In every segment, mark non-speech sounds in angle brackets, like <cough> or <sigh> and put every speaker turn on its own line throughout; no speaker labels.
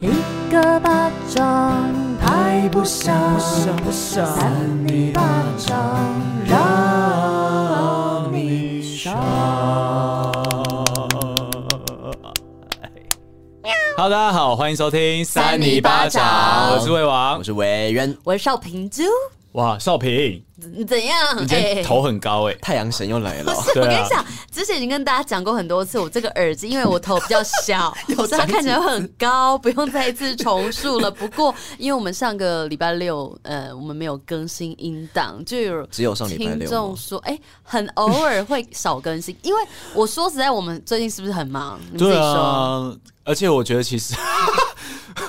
一个巴掌拍不响，
不想
扇你巴掌让你伤。
Hello，大家好，欢迎收听
三尼巴掌
我是魏王
我。是维渊，
我是少平猪，
哇，少平，
你怎样？
你今天头很高哎、
太阳神又来了。
我
对啊
跟你讲，之前已经跟大家讲过很多次，我这个耳机因为我头比较
<laughs>
小，所以它看起来会很高，不用再一次重述了。不过，因为我们上个礼拜六，呃，我们没有更新音档，就有
只有上礼拜
听
六
众
吗
说，哎、很偶尔会少更新，因为我说实在，我们最近是不是很忙？ <laughs> 你们自己
对
说，
啊，而且我觉得
<laughs>
其实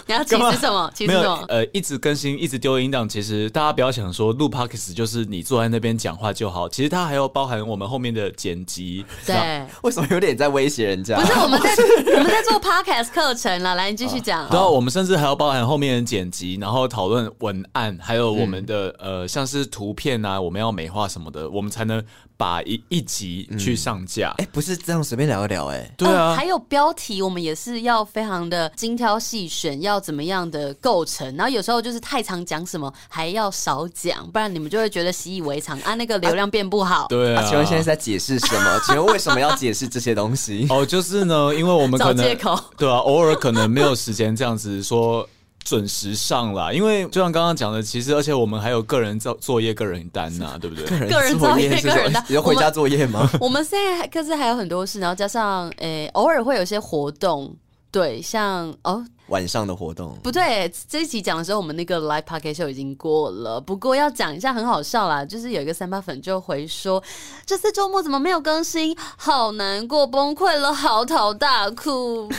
你要歧
干嘛
视什么？歧视
没
什
有
么？
呃，一直更新，一直丢音档。其实大家不要想说录 podcast 就是你坐在那边讲话就好，其实它还有包含我们后面的剪辑。然后，
对。
为什么有点在威胁人家
不？是我们在 <laughs> 我们在做 podcast 课程了，来你继续讲。
然后啊我们甚至还要包含后面的剪辑，然后讨论文案，还有我们的、呃像是图片啊，我们要美化什么的，我们才能把一一集去上架。
哎、不是这样随便聊一聊、哎，
对
嗯
啊
还，有标题，我们也是要非常的精挑细选，要怎么样的构成。然后有时候就是太常讲什么，还要少讲，不然你们就会觉得习以为常啊，那个流量变不好。
对啊。
啊请问现在是在解释什 <laughs> 么？请问为什么要解释这些东西？
<laughs> 哦，就是呢，因为我们
找
可能
借口
对啊，偶尔可能没有时间这样子说准时上啦。因为就像刚刚讲的，其实而且我们还有个人作作业、个人单呐、
<laughs>
对不对？
个人作业
是
个人
什
的
<laughs> 么？有回家作业吗？
<laughs> 我们现在还各自还有很多事，然后加上诶、偶尔会有一些活动。对，像哦，
晚上的活动，
不啊对，这一期讲的时候，我们那个 live p o c k e t show 已经过了。不过要讲一下，很好笑啦，就是有一个三八粉就回说，这次周末怎么没有更新？好难过，崩溃了，嚎啕大哭。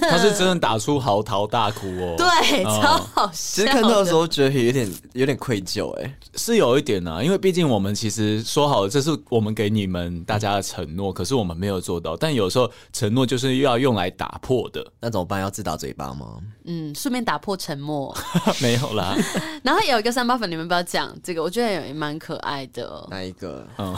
他是真的打出嚎啕大哭哦。
对，
哦
超好
其
笑。
实看到的时，候觉得有点有点愧疚、哎，
是有一点呢、因为毕竟我们其实说好了，这是我们给你们大家的承诺，可是我们没有做到。但有时候承诺就是要用来打破的， <laughs>
那怎么办？要自打嘴巴吗？
嗯，顺便打破沉默。 <laughs>
没有啦。
然后有一个三八粉，你们不要讲这个，我觉得也蛮可爱
<laughs>
的。哦
哪一个？
嗯，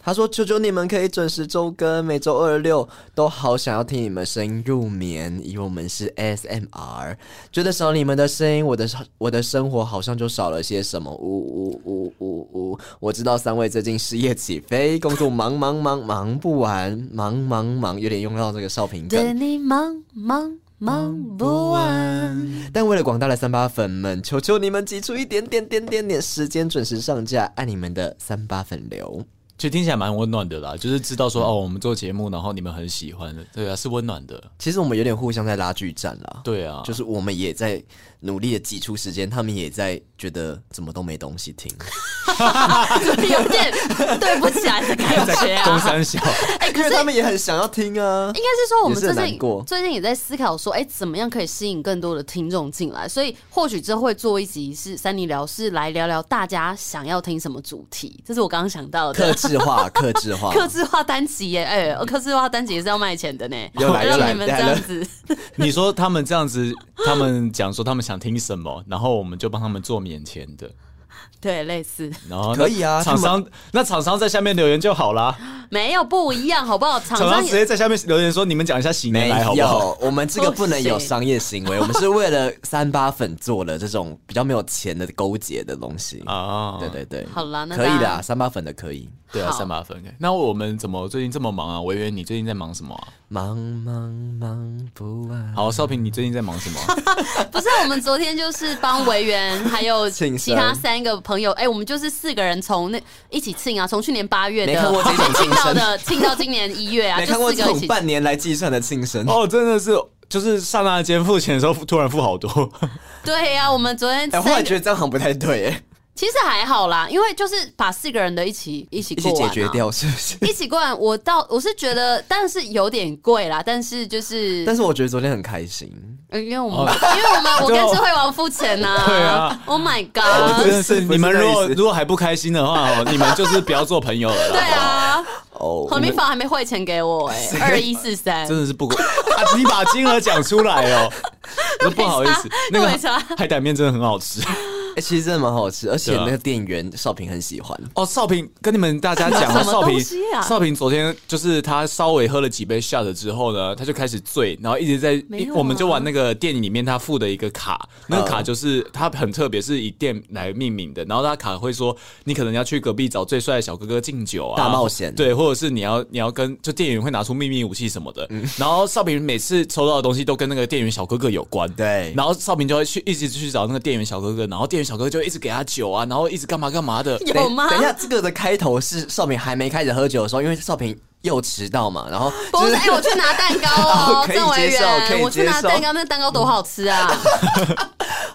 他说：“求求你们可以准时周更，每周二六都好想要听你们声音入眠，以为我们是 ASMR，觉得少你们的声音，我的我的生活好像就少了些什么。呜呜呜呜呜！我知道三位最近事业起飞，工作忙忙忙忙不完，忙忙忙，有点用到这个少平
对
梗。
你忙忙忙不完。
但为了广大的三八粉们，求求你们挤出一点点点点点时间准时上架，爱你们的三八粉流。
其实听起来蛮温暖的啦，就是知道说哦，我们做节目，然后你们很喜欢的，对啊，是温暖的，
其实我们有点互相在拉锯战啦。
对啊，
就是我们也在努力的挤出时间，他们也在觉得怎么都没东西听。
<laughs> 有点 <laughs> 对不起来的感觉
<laughs>
中
啊。
山小， <laughs>
哎、可
因为
是哎
他们也很想要听啊
应。该是说我们
也是
最
很
近
难过
最近也在思考说，哎、怎么样可以吸引更多的听众进来？所以或许之后会做一集是三尼聊，是来聊聊大家想要听什么主题。这是我刚刚想到
克
的。<laughs>
制化，克制化，
克制化单集耶，哎、克制化单集也是要卖钱的呢。
又嗯来又
让
来
你们这
来了
样子，
你说他们这样子，他们讲说他们想听什么，然后我们就帮他们做免钱的，
对，类似
然后那
可以啊
厂商那厂商在下面留言就好啦，
没有不一样，好不好？
厂
厂商
商直
也
<laughs>
接在下面留言说你们讲一下喜年
没
来好不好？
有，我们这个不能有商业行
<laughs>
为，我们是为了三八粉做的这种比较没有钱的勾结的东西。
啊，
对对对，
好啦那
可以
大
啦，
家
三八粉的可以。
对啊，
好
三八分开。那我们怎么最近这么忙啊？维园，你最近在忙什么啊？
忙忙忙不完，
好，少平，你最近在忙什么啊？
不是，我们昨天就是帮维园
<laughs>
还有
庆生
其他三个朋友，哎、我们就是四个人从那一起庆啊，从去年八月的
没看过这种庆
庆到
生，
的庆到今年一月啊，
<laughs> 没
就
看过
四
这
个一
种
起。
半年来计算的庆生。
哦，真的是，就是刹那间付钱的时候，突然付好多。
对啊呀、我们昨天
哎，
三
我忽
个、
然觉得这样好像不太对，哎，
其实还好啦，因为就是把四个人的一起一起
一
过
起
完、
解
啊、
决。掉是不是？
一起过完，我到我是觉得，但是有点贵啦，但是就是，
但是我觉得昨天很开心，
呃因为我们、
哦
因为我
<laughs>
们我跟智慧王付钱呐、
对啊
，Oh my
我
god，
真的是，
不是
你们如
不
果
是这意思
如果还不开心的话，哦，你们就是不要做朋友了啦。
对啊，
哦，
黄明芳还没汇钱给我哎、二一四三，
真的是不公、 <laughs> 啊，你把金额讲出来哦，我说不好意思那
没差，
个
没差
海胆面真的很好吃，
哎、其实真的蛮好吃，而且
对啊
那个店员少平很喜欢。
哦，少平跟你们大家讲啊，
<laughs> 什么
少平
东西啊
少平昨天就是他稍微喝了几杯 shot 之后呢，他就开始醉，然后一直在，
没有啊哦
我们就玩那个电影里面他附的一个卡，那个卡就是他很特别，是以店来命名的，然后他卡会说你可能要去隔壁找最帅的小哥哥敬酒啊，
大冒险
对，或者是你要你要跟就店员会拿出秘密武器什么的，
嗯
然后少平每次抽到的东西都跟那个店员小哥哥有关，
对
然后少平就会去一直去找那个店员小哥哥，然后店员小哥哥就会一直给他酒啊，然后一直干嘛干嘛的，
有吗？
等一下，这个的开头是少平还没开始喝酒的时候，因为少平又迟到嘛，然后
不，
就是是
哎、我去拿蛋糕
<laughs>
哦，
可以
郑维
接受可以
元，我去拿
接受
蛋糕，那蛋糕多好吃
<laughs>
啊！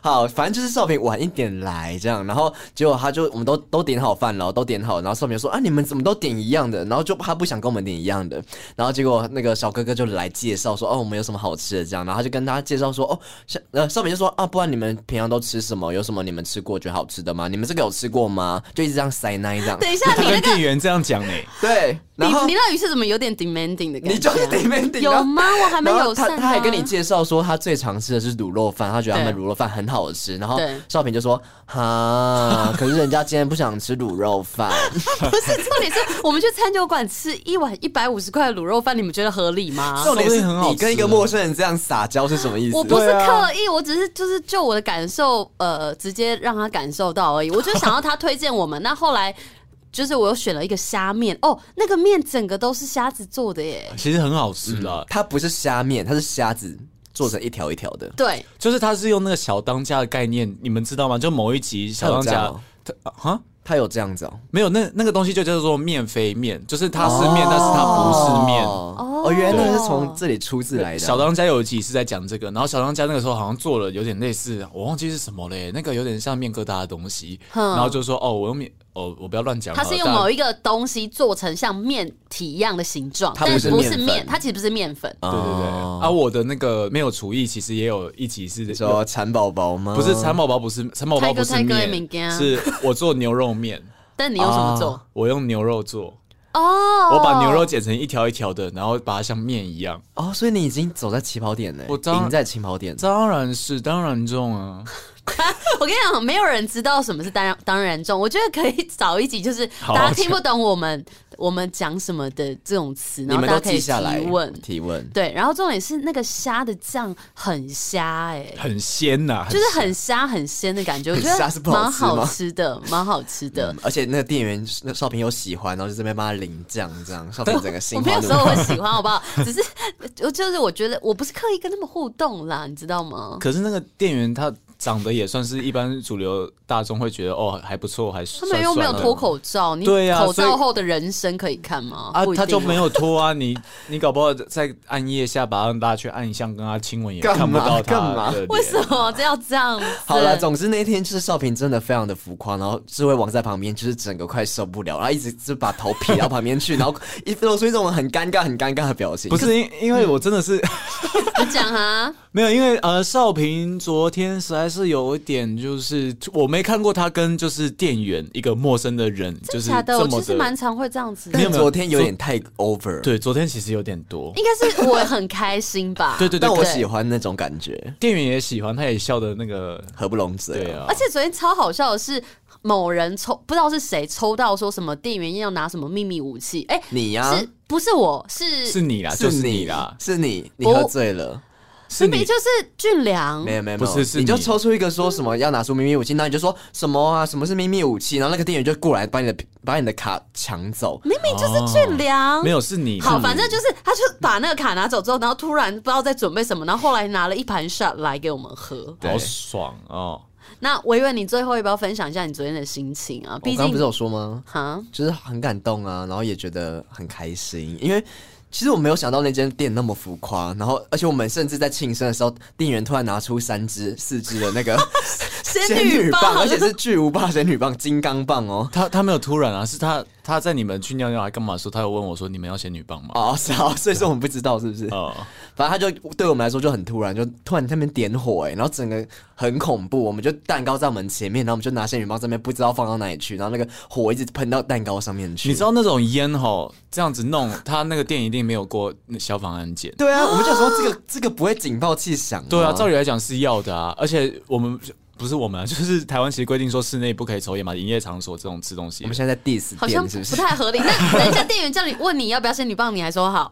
好，反正就是少平晚一点来这样，然后结果他就我们都都点好饭了，都点好，然后少平就说啊你们怎么都点一样的，然后就他不想跟我们点一样的，然后结果那个小哥哥就来介绍说哦我们有什么好吃的这样，然后他就跟他介绍说哦少呃少平就说啊不然你们平常都吃什么？有什么你们吃过觉得好吃的吗？你们这个有吃过吗？就一直这样塞奶这样，
等一下，
他 <laughs>
你
跟
那个
店员这样讲欸呢、
对，然后
你你那语气怎么有点 demanding 的感觉啊？
你就是顶面顶
有吗？我还没
然
有
后他
善、啊、
他还跟你介绍说，他最常吃的是卤肉饭，他觉得他们
对
卤肉饭很好吃。然后
对
少平就说：“
<laughs>
哈，可是人家今天不想吃卤肉饭。
不是重点是我们去餐酒馆吃一碗一百五十块的卤肉饭，你们觉得合理”吗？
重点
说不
是
定很好
你跟一个
吃
陌生人这样撒娇是什么意思？
啊我不是
对啊
刻意，我只是就是就我的感受，呃，直接让他感受到而已。我就想要他推荐我们，那后来就是我又选了一个虾面，哦，那个面整个都是虾子做的耶。
其实很好吃的、
它不是虾面，它是虾子做成一条一条的。
对，
就是它是用那个小当家的概念，你们知道吗？就某一集小当
它有这
家
样哦，
它啊
它有这样子哦，
没有那那个东西就叫做面飞面，就是它是面，但是它不是面。
哦，哦原来
对
那是从这里出自来的。
小当家有一集是在讲这个，然后小当家那个时候好像做了有点类似，我忘记是什么嘞，那个有点像面疙瘩的东西，
嗯
然后就说哦，我用面，哦，我不要乱讲好
它
了，
是用
大家
某一个东西做成像面体一样的形状，
它不
但
是
不
面
是
粉
面，它其实不是面粉。
对
对对对，啊，我的那个没有厨艺，其实也有一集是
哦说蚕宝宝吗？
不是蚕宝宝不是蚕宝宝不是
嗯泰哥泰哥的
面
物，件啊
是我做牛肉
<laughs>
面，
但你用什么做？
我用牛肉做。
啊
哦，
我把牛肉剪成一条一条的，然后把它像面一样。
哦，所以你已经走在起跑点呢，
我当
赢在起跑点。
当然是，当然重啊！
我跟你讲，没有人知道什么是当然当然重。我觉得可以找一集，就是
好
大家听不懂我们我们讲什么的这种词，然
你
后
们
大家
都
可以
记
提
下来
问。
提问。
对，然后重点是那个虾的酱很虾哎、
很鲜呐、很
<laughs> 就是很虾很鲜的感觉，我觉
很虾是
得
不好
蛮
吃吗
好吃的，蛮好吃的。
嗯而且那个店员那少平有喜欢，然后就这边帮他领酱，
<laughs>
这样少平整个
嗯
我
心
没
花
有
怒
说我
放。
喜欢，好不好？ <laughs> 只是我就是我觉得我不是刻意跟他们互动啦，你知道吗？
可是那个店员他长得也算是一般主流大众会觉得哦还不错，还
他
他
们又没有脱口罩，你
对啊
口
所
罩
以
后的人生可以看吗？
啊
不，一
他就
定
没有脱啊！你你搞不好在暗夜下把他拉去按一下，跟他亲吻也
干嘛
看不到他
干嘛
的脸
为什么这要这样子？
<laughs> 好了，总之那天就是少平真的非常的浮夸，然后智慧王在旁边就是整个快受不了，然后一直就把头撇到旁
<laughs>
边去，然后一露出一种很尴尬、很尴尬的表情。
不是因因为我真的是。
你讲啊，
没有，因为呃，少平昨天实在是有一点，就是我没看过他跟就是店员一个陌生的人， <laughs> 就是
假的，
这
我
么
其实蛮
的。
常会这样子的
没有
但
没
昨天有点太 over，，
对，昨天其实有点多。
应该是我很开心吧
<laughs> ？对对对，
但我
可
喜欢那种感觉，
店员也喜欢，他也笑的那个，
合不拢嘴。
对，啊
而。且昨天超好笑的是，某人抽不知道是谁抽到说什么店员要拿什么秘密武器，哎、
你呀、
是不是我是
是你啦，就是你啦，
是你，你
我
喝醉了。
是
明
你
明就是俊良
没有没有，
不是
没有
是
你就
你
抽出一个说什么要拿出秘密武器，那你就说什么啊？什么是秘密武器？然后那个店员就过来把你的把你的卡抢走，
明明就是俊良。
哦没有是你啦。
好，反正就是他就把那个卡拿走之后，然后突然不知道在准备什么，然后后来拿了一盘 shot 来给我们喝。
好爽哦！
那维维，你最后要不要分享一下你昨天的心情啊？
我
毕
刚刚
竟
不是有说吗？
哈，
就是很感动啊，然后也觉得很开心，因为其实我没有想到那间店那么浮夸，然后而且我们甚至在庆生的时候，店员突然拿出三支、四支的
<laughs>
那个
仙女棒
而且是巨无霸仙女棒、金刚棒哦。
他他没有突然啊，是他他在你们去尿尿还干嘛的时候，他有问我说你们要仙女棒吗？
哦，是啊，所以说我们不知道是不是？
哦，
反正他就对我们来说就很突然，就突然他们点火哎、然后整个很恐怖，我们就蛋糕在我们前面，然后我们就拿仙女棒这边不知道放到哪里去，然后那个火一直喷到蛋糕上面去。
你知道那种烟吼这样子弄，他那个店一定没有过消防安检。嗯
对啊，我们就说这个这个不会警报器响吗，
对啊，照理来讲是要的啊，而且我们不是我们啊， <laughs> 就是台湾其实规定说室内不可以抽烟嘛，营业场所这种吃东西
我们，现在在 diss
好像
店是不
不啊
是？
太合
<laughs>
理。那等一下店员叫你问你要不要仙女棒，你还说好，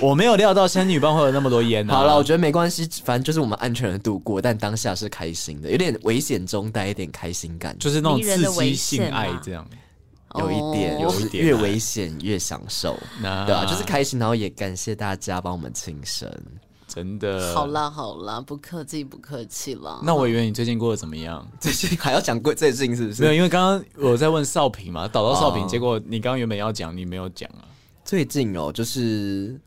我没有料到仙女棒会有那么多烟啊。
好了，我觉得没关系，反正就是我们安全的度过，但当下是开心的，有点危险中带一点开心感，
就是是那种
迷人
刺
的
激
危
性
险啊
爱
嘛
这样。
有一点，
哦
有一点
越
啊
危险越享受，
那
对啊，就是开心，然后也感谢大家帮我们庆生。
真
呃
的
好。啦好啦，不客气不客气啦。
那我以为你最近过得怎么样？
最近还要讲过最近是不
没有，
是？
因为刚刚我在问少平嘛，导到少平，
哦
结果你刚刚原本要讲，你没有讲啊。
最近哦，就是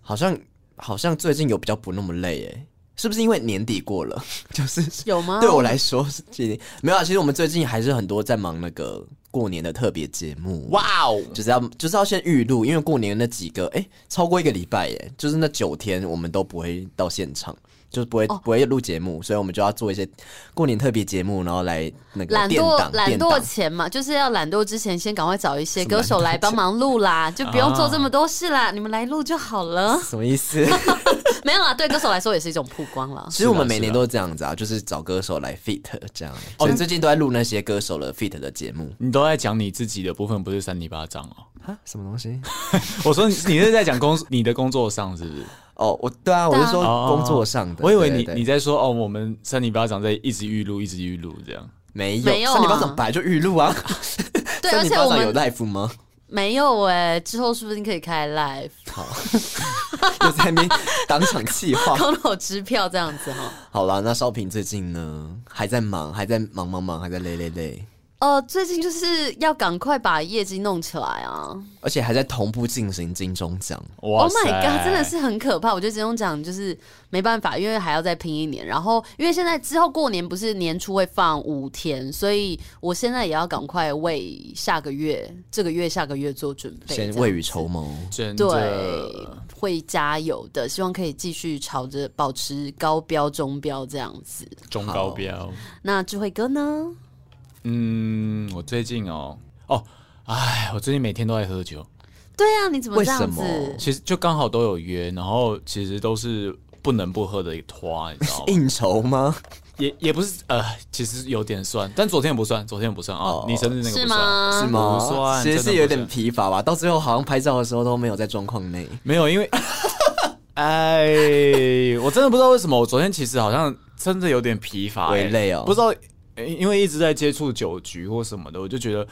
好像好像最近有比较不那么累诶，是不是因为年底过了？ <laughs> 就是
有吗？
对我来说是最近没有啊。其实我们最近还是很多在忙那个过年的特别节目，
哇哦，
就是要就是要先预录，因为过年那几个哎、超过一个礼拜耶，就是那九天我们都不会到现场，就是不会、
哦
不会录节目，所以我们就要做一些过年特别节目，然后来那个
懒
电
惰
档
懒
电
惰
档。
前嘛，就是要懒惰之前，先赶快找一些歌手来帮忙录啦，就不
啊
用做这么多事啦，你们来录就好
<laughs>
了。
什么
<laughs>
意思？
没有啦，对歌手来说也是一种曝光啦。
其实我们每年都是这样子啊，就是找歌手来 fit 这样。我们最近都在录那些歌手的 fit 的节目
你都在讲你自己的部分，不是扇你巴掌哦。
啊，什么东西？
我说你你是在讲工你的工作 <laughs> 上是不是？
哦，我对啊，我是说
哦
<laughs> 工作上的。
我以为
对
你
对
你在说哦，我们扇你巴掌在一直预录，一直预录这样。
没有，
没有啊
三里巴掌本来就预录啊。
<laughs>
<laughs>
对，
三
而
里
且
巴
我
掌有
们
life 吗？ <laughs>
没有哎、之后说不定可以开 live
就在那边当场气话。
空头支票这样子哈。
<laughs> 好啦，那少平最近呢，还在忙，还在忙忙忙，还在累累累，
呃，最近就是要赶快把业绩弄起来啊
而且还在同步进行金钟奖。
哇
！Oh
塞
my god，真的是很可怕。我觉得金钟奖就是没办法，因为还要再拼一年。然后因为现在之后过年不是年初会放五天，所以我现在也要赶快为下个月、这个月、下个月做准备。
先
这样
未雨绸缪，
真
对
的。，
会加油的，希望可以继续朝着保持高标、中标这样子。
中高标。
那智慧哥呢？
嗯，我最近哦哦，哎，我最近每天都在喝酒，
对啊，你怎么
为
这样
什
子
么？
其实就刚好都有约，然后其实都是不能不喝的一拖，你知
<laughs>
道吗？
应酬吗？
也也不是呃，其实有点算，但昨天不算，昨天不算啊、
哦
你生日那个
是
不算。
吗？
是吗
不算
其
真
实
的
是
不
有点
算
疲乏吧。到最后好像拍照的时候都没有在状况内。
没有，因为 <laughs> 哎，我真的不知道为什么，我昨天其实好像真的有点疲乏、
微
哎
累哦
不知道，哎因为一直在接触酒局或什么的，我就觉得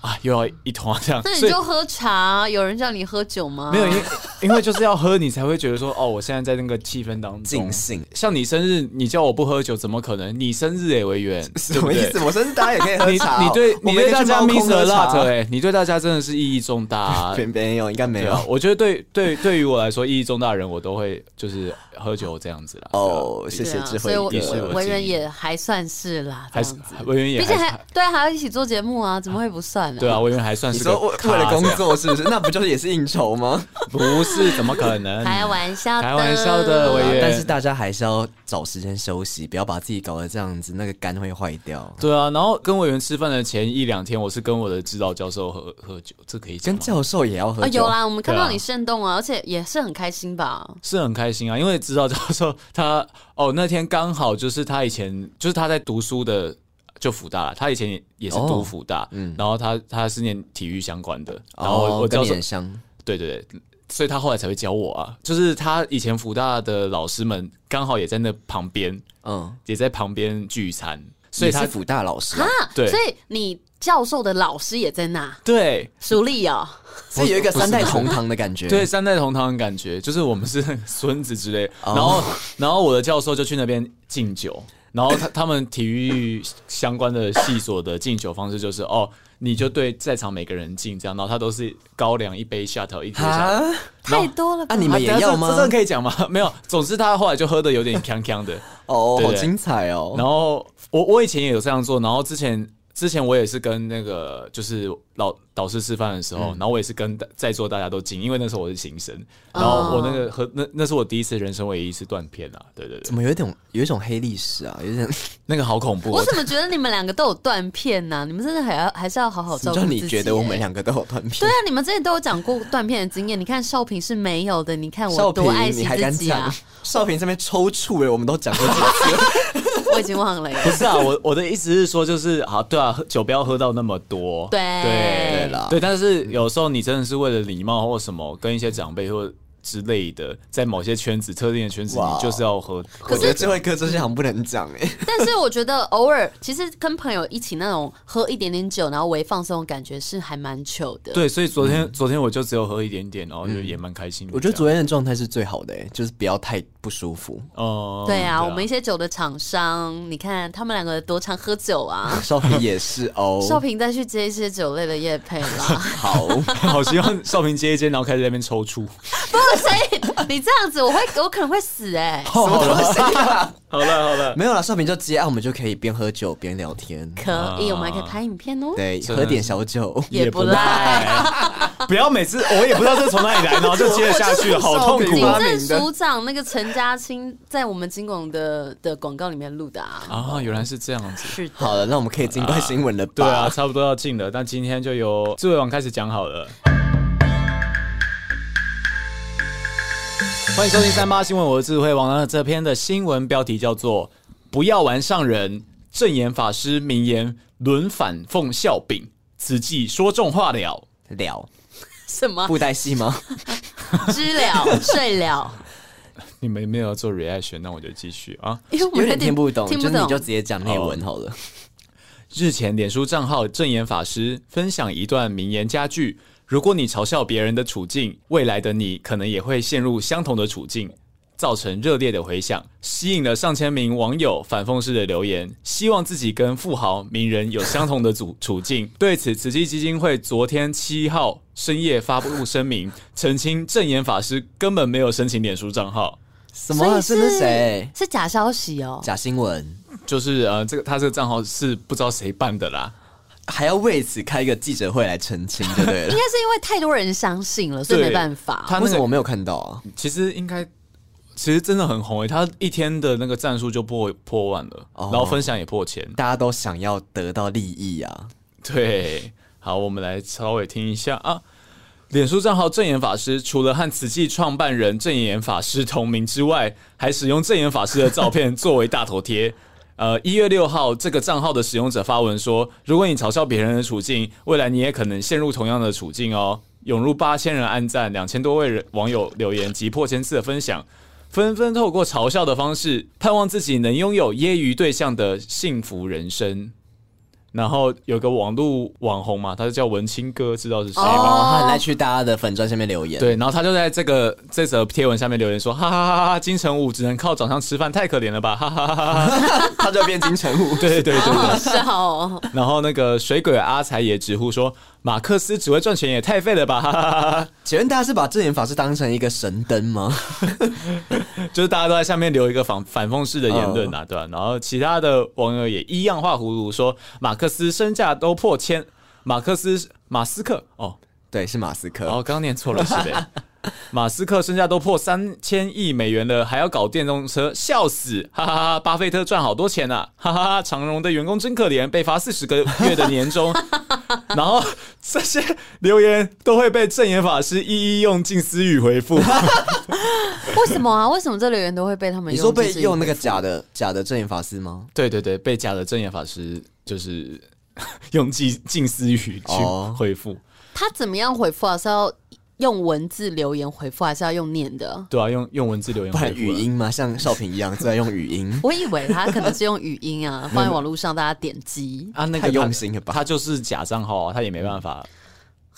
啊，又要一坨这样。
那你
所以
就喝茶，有人叫你喝酒吗？
没有，因为因为就是要喝，你才会觉得说，哦，我现在在那个气氛当中
尽兴。
像你生日，你叫我不喝酒，怎么可能？你生日哎、委
<laughs>
员，
什么意思？我生日大家也可以喝
对不
茶哦、
对？你你对
我
你
们
对
也可
大
以去
家
猫空
Mr.
喝茶
Lot 哎、你对大家真的是意义重大、
<laughs>
啊。
没没有，应该没
对
有
啊。，我觉得对对对于我来说意义重大的人，我都会就是喝酒这样子啦。
哦、谢
对
谢
啊，
智
所
慧
以
也是
我
我
哥。
为人也还算是啦，
还
这样
是
子。
文员也
毕竟
还
还对啊，还要一起做节目啊，怎么会不算呢？
对啊，文员还算
你
是
说
个
为
咖
为了工
这样，
作是不是？那不就是也是应酬吗？
不是怎么可能？
开玩笑的，
开玩笑的，委员。
但是大家还是要找时间休息，不要把自己搞得这样子，那个肝会坏掉。
对啊，然后跟委员吃饭的前一两天，我是跟我的指导教授喝喝酒，这可以讲
跟
吗
教授也要喝
啊
酒，
有啦，我们看
对
到
啊
你震动啊，而且也是很开心吧？
是很开心啊，因为指导教授他哦那天刚好就是他以前就是他在读书的就辅大啦，他以前也是读辅大，嗯，然后他他是念体育相关的，然后我
哦跟
教
你
授、
很像，
对对对，所以他后来才会教我啊，就是他以前辅大的老师们刚好也在那旁边，
嗯，
也在旁边聚餐，所
所
以
以他
他
是辅大老师啊、
啊，
对
所以你教授的老师也在那，
对
熟力哦。
所以有一个三代同堂的感觉。
对，三代同堂的感觉，就是我们是孙子之
<laughs>
类。
哦
然后，然后我的教授就去那边敬酒，然后他他们体育相关的系所的敬酒方式就是哦，你就对在场每个人敬这样，然后他都是高粱一杯下头一杯下
啊
头。，然
太
后
多了吧？
啊你们也
等一下
要
这
吗
这真的可以讲吗？ <laughs> 没有，总之他后来就喝的有点呛呛的。
哦，
对
好
对
精彩哦。
然后我我以前也有这样做，然后之前之前我也是跟那个就是老导师吃饭的时候，然后我也是跟大在座大家都敬，因为那时候我是新生，然后我那个和、那那是我第一次人生唯一一次断片啊，对对
怎
对，
么有一种有一种黑历史啊？有一点，
那个好恐怖、
我
哦。
怎么觉得你们两个都有断片啊呢、你们真的还要还是要好好照顾
就
自己、
<laughs> 你觉得我们两个都有断
对
片
啊，，你们之前都有讲过断片的经验。你看少平是没有的，你看
少
我
平
多爱
你
惜 <laughs>
还敢
自己啊
欸讲！？少平这边抽搐哎，我们都讲过几次，
我已经忘了耶。
不是啊，我我的意思是说，就是好，对啊，喝酒不要喝到那么多。
对
对
对啦
对，但是有时候你真的是为了礼貌或什么，跟一些长辈或之类的，在某些圈子、特定的圈子，
哇
你就是要喝。
我觉得智慧哥这些好像不能讲哎、
但是我觉得偶尔，其实跟朋友一起那种喝一点点酒，然后微放松，感觉是还蛮糗的。嗯
对，所以昨天、昨天我就只有喝一点点，然后就也蛮开心的这样。
我觉得昨天的状态是最好的哎、就是不要太不舒服。
哦，
对啊，我们一些酒的厂商，你看他们两个多常喝酒啊。
少平也是哦，
<laughs> 少平再去接一些酒类的夜配
<laughs>
啦，
好，
<laughs> 好希望少平接一接，然后开始在那边抽搐。
你这样子我会我可能会死
<laughs>
哎、
什么东西啊？
好了好了，
<laughs> 没有啦，少平就接啊，我们就可以边喝酒边聊天，
可以，我们还可以拍影片哦。
啊对，
真的
喝点小酒。
<laughs> 也不赖。
<laughs> 不要每次我也不知道这是从哪里来，然后就接了下去，好痛
警
苦啊！
政署长那个陈嘉青在我们金广的的广告里面录的啊，
啊，原来是这样子。
是的。
好了，那我们可以进怪新闻了吧？
对啊，，差不多要进了，但今天就由智慧王开始讲好了。欢迎收听三八新闻，我是智慧王。那这篇的新闻标题叫做“不要玩上人”，正言法师名言轮反奉孝饼，此计说重话了。
聊
什么
<laughs> 布袋戏吗？
知了睡了，
你们没有要做 reaction，那我就继续啊。
因为我
有
们
点听不懂，
听
就
不
是你
懂
就。直接讲内文好了。
日前，脸书账号正言法师分享一段名言佳句：“如果你嘲笑别人的处境，未来的你可能也会陷入相同的处境。”造成热烈的回响，吸引了上千名网友反讽式的留言，希望自己跟富豪、名人有相同的处处境。对此，慈济基金会昨天七号深夜发布声明，澄清正言法师根本没有申请脸书账号，
什
所
么？啊
以
是不是谁？
是假消息哦。
假新闻，
就是呃，这个他这个账号是不知道谁办的啦。
还要为此开一个记者会来澄清，对不 <laughs> 对了
应？该是因为太多人相信了，所以
对
没办法。
他那
为什
个
么我没有看到啊？
其实应该，其实真的很红诶，欸他一天的那个赞数就破破万了，
哦
然后分享也破千。
大家都想要得到利益啊！
对，好，我们来稍微听一下啊。脸书账号正言法师除了和慈济创办人正言法师同名之外，还使用正言法师的照片作为大头贴。 <laughs> 呃，一月六号，这个账号的使用者发文说：“如果你嘲笑别人的处境，未来你也可能陷入同样的处境哦。”涌入八千人按赞，两千多位人网友留言及破千次的分享，纷纷透过嘲笑的方式，盼望自己能拥有揶揄对象的幸福人生。然后有个网络网红嘛，他就叫文青哥，知道是谁吗？
哦，他很来去大家的粉砖下面留言，
对，然后他就在这个这则贴文下面留言说：“哈哈哈哈，金城武只能靠早上吃饭，太可怜了吧！” <laughs> 哈哈哈哈哈。。
<laughs> 他就变金城武 <laughs>
对对对
好
对。
好笑哦！
然后那个水鬼阿才也直呼说：“马克思只会赚钱也太废了吧！”哈哈哈哈哈。
请问大家是把证言法师当成一个神灯吗？
就是大家都在下面留一个反反讽式的言论啊，对吧、然后其他的网友也一样画葫芦说：“马克思身价都破千，马克思马斯克哦，
<laughs> 对，是马斯克。
哦，刚刚念错了，是
<laughs>
的。马斯克身价都破三千亿美元了，还要搞电动车，笑死！哈哈哈哈！巴菲特赚好多钱啊！哈哈哈！长荣的员工真可怜，被罚四十个月的年
<laughs>
终。然后这些留言都会被正言法师一一用近思语回复。 <laughs>
为什么啊？为什么这留言都会被他们
你说被
就是
用那个假的假的证言法师吗？
对对对，被假的正言法师就是用近近思语去
哦
回复，
他怎么样回复啊？是要用文字留言回复，还是要用念的？。
对啊，用用文字留言
不
回
然
复
语
了
音吗？像少平一样在用语音
我以为他可能是用语音
<laughs>
啊，放在网络上大家点击
啊，那个
太用
他
心了吧
他就是假账号啊，他也没办法。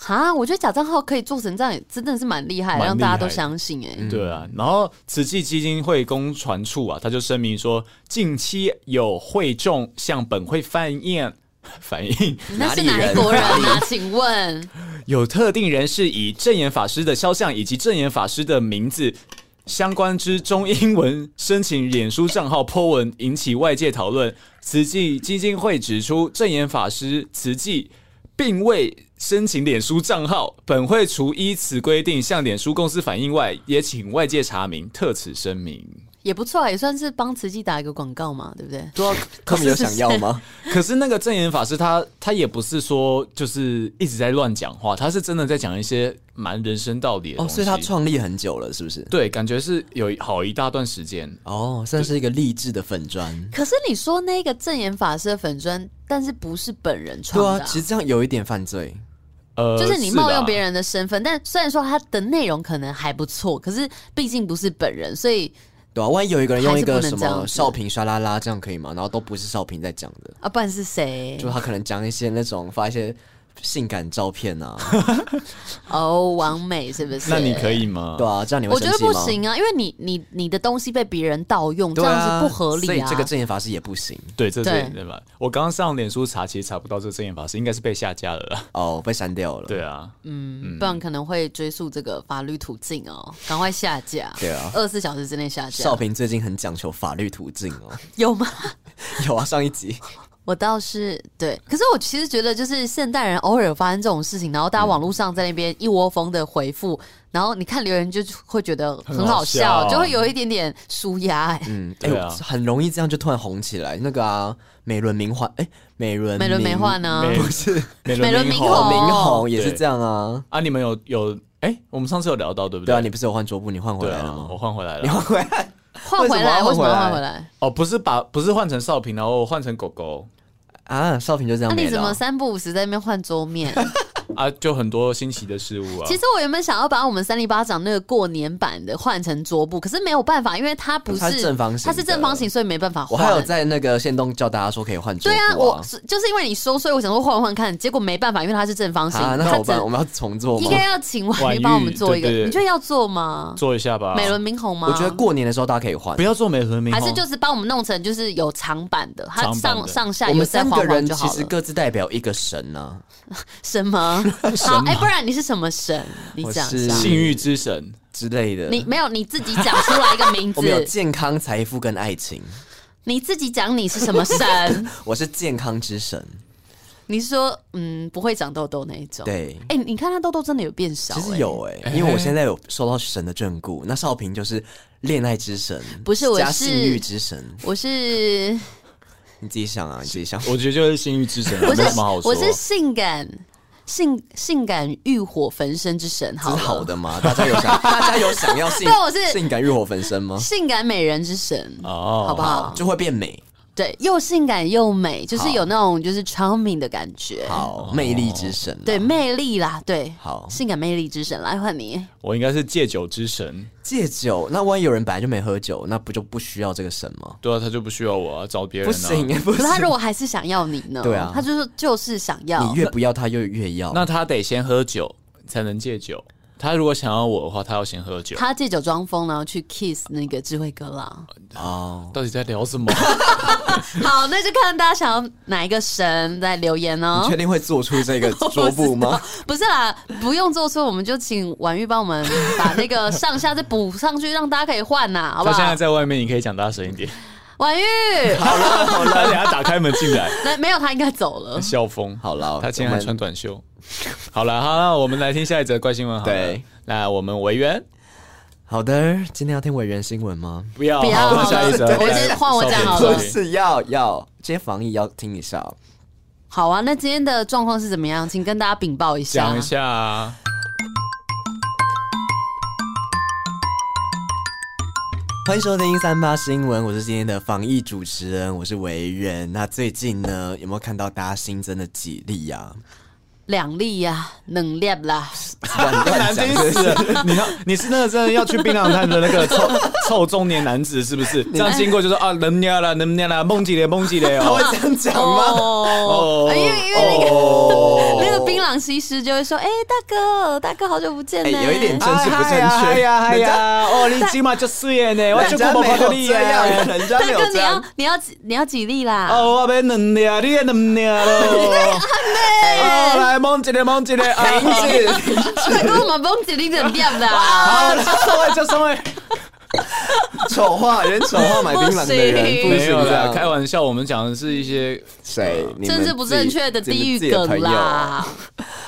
哈，我觉得假账号可以做成这样，真的是蛮厉
蛮
害，
厉害
让大家都相信哎、
嗯
对啊，然后慈济基金会公传处啊，他就声明说，近期有会众向本会反 <laughs> 映。反映
那是哪一国人啊？请问
有特定人士以正言法师的肖像以及正言法师的名字相关之中英文申请脸书账号 po 文，引起外界讨论。慈济基金会指出，正言法师慈济并未申请脸书账号，本会除依此规定向脸书公司反映外，也请外界查明，特此声明。
也不错啊，也算是帮慈济打一个广告嘛，对不对？
<laughs> 对啊，他们有想要吗？
<laughs> 可是那个正言法师他他也不是说就是一直在乱讲话，他是真的在讲一些蛮人生道理的
<laughs> 哦，
东西。
所以他创立很久了，是不是？
对，感觉是有好一大段时间。
哦，算是一个励志的粉砖。
可是你说那个正言法师的粉砖，但是不是本人
对
创
啊
的、，
其实这样有一点犯罪。
呃，
就是你冒用别
人。
人的身份，但虽然说他的内容可能还不错，可是毕竟不是本人，所以
对啊，万一有一个人用
还
一
是
个
不
什
能这样
么
子
少平刷啦啦，这样可以吗？然后都不是少平在讲的，
啊，不然是谁？
就他可能讲一些那种发一些性感照片
<laughs>
啊，
哦，王美是不是？
那你可。以吗？
对啊，这样你会
我
生
觉得
气吗
不行啊，因为你你你的东西被别人盗用，这
对
样
啊，
是不合
所以
理啊。
这个正言法师也不行
对，这
对
是对吧？我刚刚上脸书查，其实查不到这个正言法师，应该是被下架了
<laughs>
啦。
哦，被删掉了。
对啊，
嗯，不然可能会追溯这个法律途径哦，赶快下架。
对啊
二十四小时之内下架
少，平最近很讲求法律途径哦， <laughs>
有吗？
有啊，上一集
我倒是对，可是我其实觉得，就是现代人偶尔发生这种事情，然后大家网络上在那边一窝蜂的回复，然后你看留言就会觉得很好
很
笑，
好笑
就会有一点点舒压、哎、
嗯，哎、
<laughs> 对啊
很容易这样就突然红起来。那个啊，美轮明奂，哎、美轮
美轮美啊奂
奂
呢？
美
<laughs> 不是
美
美轮
轮明
明宏
宏
哦，明宏
对
也是这样啊。
啊，你们有有哎，我们上次有聊到对不
对啊，
对
你不是有换桌布，你换回
对
来了
啊，
吗？
我换回来
你
了。
换回来，
换回来，为
为
什么要
什么要
换
换
回
回
来？
哦，不是把不是换成少平，然后换成狗狗
啊，少平就这
那、
样没
你
了。
怎么三不五时在那边换桌面？ <laughs>
啊，就很多新奇的事物啊。
其实我原本想要把我们三零八掌那个过年版的换成桌布，可是没有办法，因为它不
它
是
是正方形
它是正方形，所以没办法
我
换。
还有在啊那个线动叫大家说可以换桌
对
布、
啊，我
啊。
是就是因为你说，所以我想说换换看，结果没办法，因为它是正方形，
啊，那
它
好
只
办，我们要重做
应
吗？
该要请婉
婉
瑜
瑜
帮我们做一个，
对对对
你觉得要做吗？
做一下吧，
美轮明宏吗？
啊我觉得过年的时候大家可以换
不。要做美轮明
还
宏，
是就是帮我们弄成就是有长版的，它
长版
上
的
上下
我
有
们
再
三个
黄黄
人
就
其
好
实
了。
各自代表一个神啊呢、
什
<laughs>
么？
神
好，
吗
哎，不然你是什么神？你
我
讲
是
一下。
性欲之神，
之类的。
你没有你自己讲出来一个名
<laughs> 我们有
字，
健康、财富跟爱情，
你自己讲你是什么神？ <laughs>
我是健康之神。
哦你是说嗯不会长痘痘那一种？。
对，
哎、你看他痘痘真的有变少、
其实
哎
有哎、因为我现在有受到神的眷顾。那少平就是恋爱之神，
不是我
加
是
性欲之神。
我
<laughs>
是
你自己想啊，你自己想。
我觉得就是性欲之神啊，
<laughs> 我
没
是
有什么好说
我。是性感性性感欲火焚身之神，
这
好
是
了
好的吗？大家有想，大家有想要
<laughs>
性
对我是
性感欲火焚身吗？
性感美人之神，
哦，
好不好？
就会变美，
对，又性感又美，就是
好
有那种就是 charming 的感觉，
好魅力之神。啊
对，，魅力啦，对，
好
性感魅力之神，来换你，
我应该是戒酒之神，
戒酒，那万一有人本来就没喝酒，那不就不需要这个神吗？
对啊，他就不需要我啊，找别人
不
啊。
行，不
可是
行。
他如果还是想要你呢？
对啊
他就是就是想要
你，越不要，他就越要。
那他得先喝酒才能戒酒。他如果想要我的话，他要先喝酒。
他借酒装疯，然后去 kiss 那个智慧哥啦。
哦，
到底在聊什么？
好，那就看大家想要哪一个神在留言哦
你。确定会做出这 <laughs> 个桌
<laughs>
布吗？
不是啦，不用做错，我们就请婉玉帮我们把那个上下再补上去，让大家可以换呐、 <laughs> 好不
他现
好
在？在外面，你可以讲大声一
<laughs>
点。
婉玉，
好了好了，等下打开门进
<laughs>
来，
那没有他应该走了。
校风。
好了，
他今天还
我们
穿短袖。好了，好了，我们来听下一则怪新闻。好了
对，
那我们维园
好的，今天要听委员新闻吗？
不要，
不要
好换下一则。来
对我先换我讲好了
就
少平
是要要，今天防疫要听一下哦。
好啊，那今天的状况是怎么样？请跟大家禀报一下。
讲一下啊。
欢迎收听三八新闻，我是今天的防疫主持人，我是维园。那最近呢，有没有看到大家新增的几例啊呀、
两粒呀、能粒
<laughs>
啦，
啊？乱乱
难
讲
听
是
死了！你那你是那个真的要去槟榔摊的那个臭臭中年男子是不是？这样经过就说啊，能尿了，能尿了，梦几嘞，梦几嘞
他
哦
会。这样讲吗？
哦，
哦
因为因为那个、
哦
那个槟榔西施就会说，哎、大哥，大哥，好久不见呢、
哎有一点真是不正确
哎呀哎
人家
呀！哦，你起码就睡耶呢，我
人
就
家
看不
没
到
有
你
这样，
耶。
人家
大
没有
哥，
这
你要
样。
你要几你要几粒啦？
哦，我要能尿，你也能尿了。哦，来梦几嘞，梦几嘞啊！
停止！
<laughs> 大哥，我们蹦几粒能粒
<laughs>
啦？
好，就送位，就送位。
丑化人，丑化买槟榔的人，
不行
不
没
行
有
这
啦，
样。
开玩笑，我们讲的是一些
谁？你们
政治不正确的
自己
地
自
狱
己的
梗
朋友
啦！